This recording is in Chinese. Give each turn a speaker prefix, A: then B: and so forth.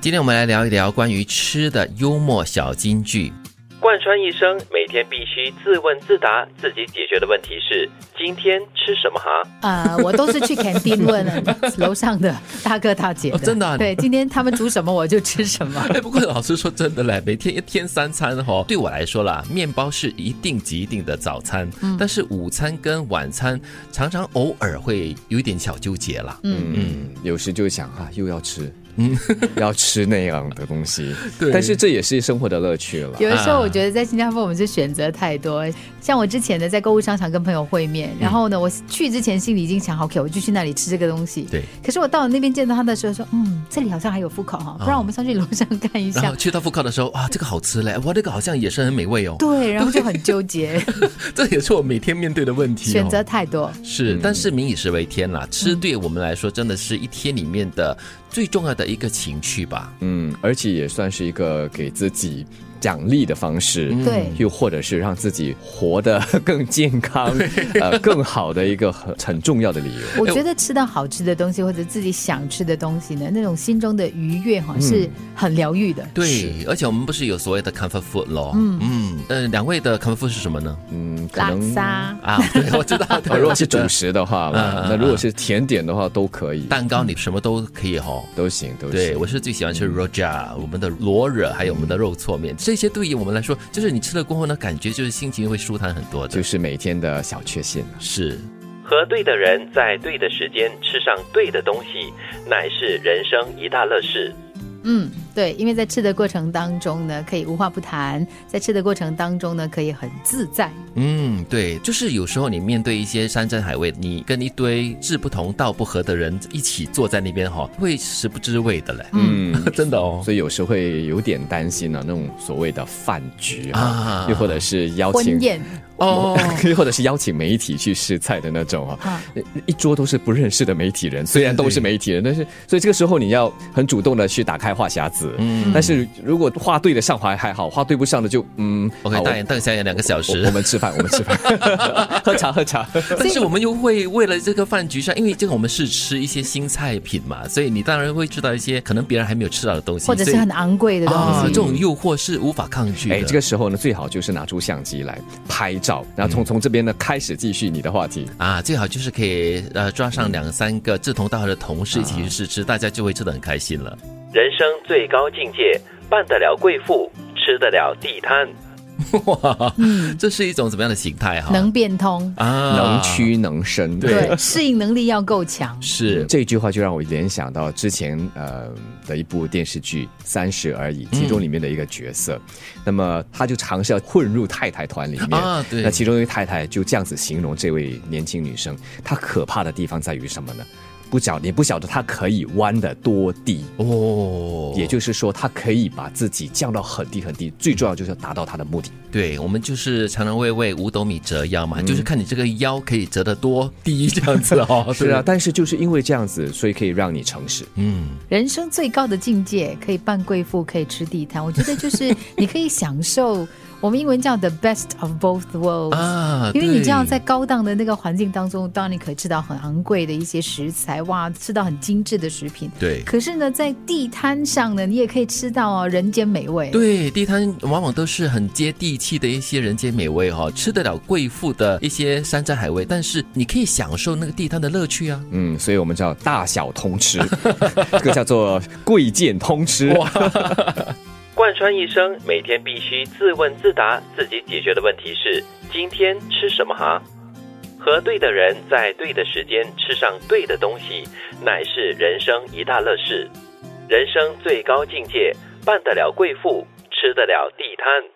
A: 今天我们来聊一聊关于吃的幽默小金句。
B: 贯穿一生，每天必须自问自答，自己解决的问题是：今天吃什么哈？
C: 呃，我都是去 canteen 问 楼上的大哥大姐
A: 哦真的啊
C: 对，今天他们煮什么我就吃什么。
A: 哎，不过老师说真的嘞，每天一天三餐哦，对我来说啦，面包是一定即定的早餐，但是午餐跟晚餐常常偶尔会有一点小纠结啦。
D: 嗯，有时就想啊，又要吃，
A: 嗯
D: 要吃那样的东 西，但是这也是生活的乐趣了。
C: 有的时候我觉得在新加坡我们是选择太多，像我之前呢在购物商场跟朋友
A: 嗯
C: 会面，然后呢我去之前心里已经想好，OK，我就去那里吃这个东西。
A: 对。
C: 可是我到了那边见到他的时候说，嗯，这里好像还有副口哈，不然我们上去楼上看一
A: 哦然
C: 下
A: 后。去到复刻的时候，啊哇，这个好吃嘞，哇，这个好像也是很美味哦。
C: 对，然后就很 纠结，
A: 这也是我每天面对的问题、哦。
C: 选择太多。
A: 是，但是民以食为天啦，吃对我们来说真的是一天里面的最重要的一个情趣吧。
D: 嗯，而且也算是一个给自己奖励的方式。
A: 嗯
C: 对，
D: 又或者是让自己活得更健康，呃，更好的一个很很重要的理由。
C: 我觉得吃到好吃的东西或者自己想吃的东西呢，那种心中的愉悦哈、是很疗愈的。
A: 嗯对，而且我们不是有所谓的 comfort food 咯？嗯嗯，呃，两位的 comfort food 是什么呢？
D: 嗯，可
C: 拉
D: 能
C: 沙，
A: 啊，对，我知 道，
D: 呃，
A: 对
D: 如果是主食的话
A: 嗯嗯
D: 嘛，那如果是甜点的话都可以，
A: 蛋糕，你什么都可以哦。
D: 都行都
A: 对，
D: 行。
A: 我是最喜欢吃 roja，我们的罗惹，还有我们的肉挫面，这些对于我们来说，就是你吃了过后呢，感觉就是心情会舒坦很多的。
D: 就是每天的小确幸。
A: 是，
B: 和对的人在对的时间吃上对的东西，乃是人生一大乐事。
C: 嗯，对，因为在吃的过程当中呢，可以无话不谈，在吃的过程当中呢，可以很自在。
A: 嗯，对，就是有时候你面对一些山珍海味，你跟一堆志不同道不合的人一起坐在那边哈、会食不知味的嘞。
D: 嗯，
A: 真的 哦。
D: 所以有时会有点担心啊呢、那种所谓的饭局
A: 啊
D: 啊，又或者是邀请
C: 婚，宴，
A: 哦，
D: 又或者是邀请媒体去试菜的那种啊，
C: 啊
D: 一桌都是不认识的媒体人，虽然都是媒体人，但是所以这个时候你要很主动的去打开话匣子，嗯，但是如果话对得上还还好，话对不上的就嗯
A: OK，
D: 好
A: 大眼瞪小眼两个小时
D: 我我，们吃 饭，我们吃饭，喝茶喝茶，
A: 但是我们又会为了这个饭局上，因为这个我们是吃一些新菜品嘛，所以你当然会吃到一些可能别人还没有吃到的东西，
C: 或者是
A: 所以
C: 很昂贵的东
A: 啊，
C: 西。
A: 这种诱惑是无法抗拒的。
D: 哎，这个时候呢，最好就是拿出相机来拍照，然后
A: 嗯
D: 从从这边呢开始继续你的话题。
A: 啊，最好就是可以呃抓上两三个志同道合的同事一起去试
D: 啊
A: 吃，大家就会吃的很开心了。
B: 人生最高境界，办得了贵妇，吃得了地摊。
A: 哇，这是一种怎么样的形态哈？
C: 嗯能变通，
A: 啊
D: 能屈能伸，
C: 对，适应能力要够强。
A: 是
D: 这句话就让我联想到之前呃的一部电视剧《三十而已》，其中里面的一个角色，那么他就尝试要混入太太团里面
A: 嗯啊对
D: 那其中一位太太就这样子形容这位年轻女生，她可怕的地方在于什么呢？不晓你不晓得她可以弯得多低。
A: 哦，
D: 也就是说，她可以把自己降到很低很低，最重要就是要达到她的目的。
A: 对，我们就是常常会为五斗米折腰
D: 嗯
A: 嘛，就是看你这个腰可以折得多低这样子 哦。
D: 是啊，
A: 对，
D: 但是就是因为这样子，所以可以让你诚实。
A: 嗯，
C: 人生最高的境界，可以扮贵妇，可以吃地摊。我觉得就是你可以享受我们英文叫 the best of both worlds
A: 啊
C: 因为你知道，
A: 对
C: 在高档的那个环境当中，当然你可以吃到很昂贵的一些食材，哇，吃到很精致的食品。
A: 对
C: 可是呢，在地摊上呢，你也可以吃到哦人间美味。
A: 对地摊往往都是很接地气的一些人间美味哈、哦，吃得了贵妇的一些山珍海味，但是你可以享受那个地摊的乐趣啊。
D: 嗯，所以我们叫大小 通吃， 这个叫做贵贱通吃。
B: 贯穿一生，每天必须自问自答，自己解决的问题是：今天吃什么哈？和对的人在对的时间吃上对的东西，乃是人生一大乐事。人生最高境界，办得了贵妇，吃得了地摊。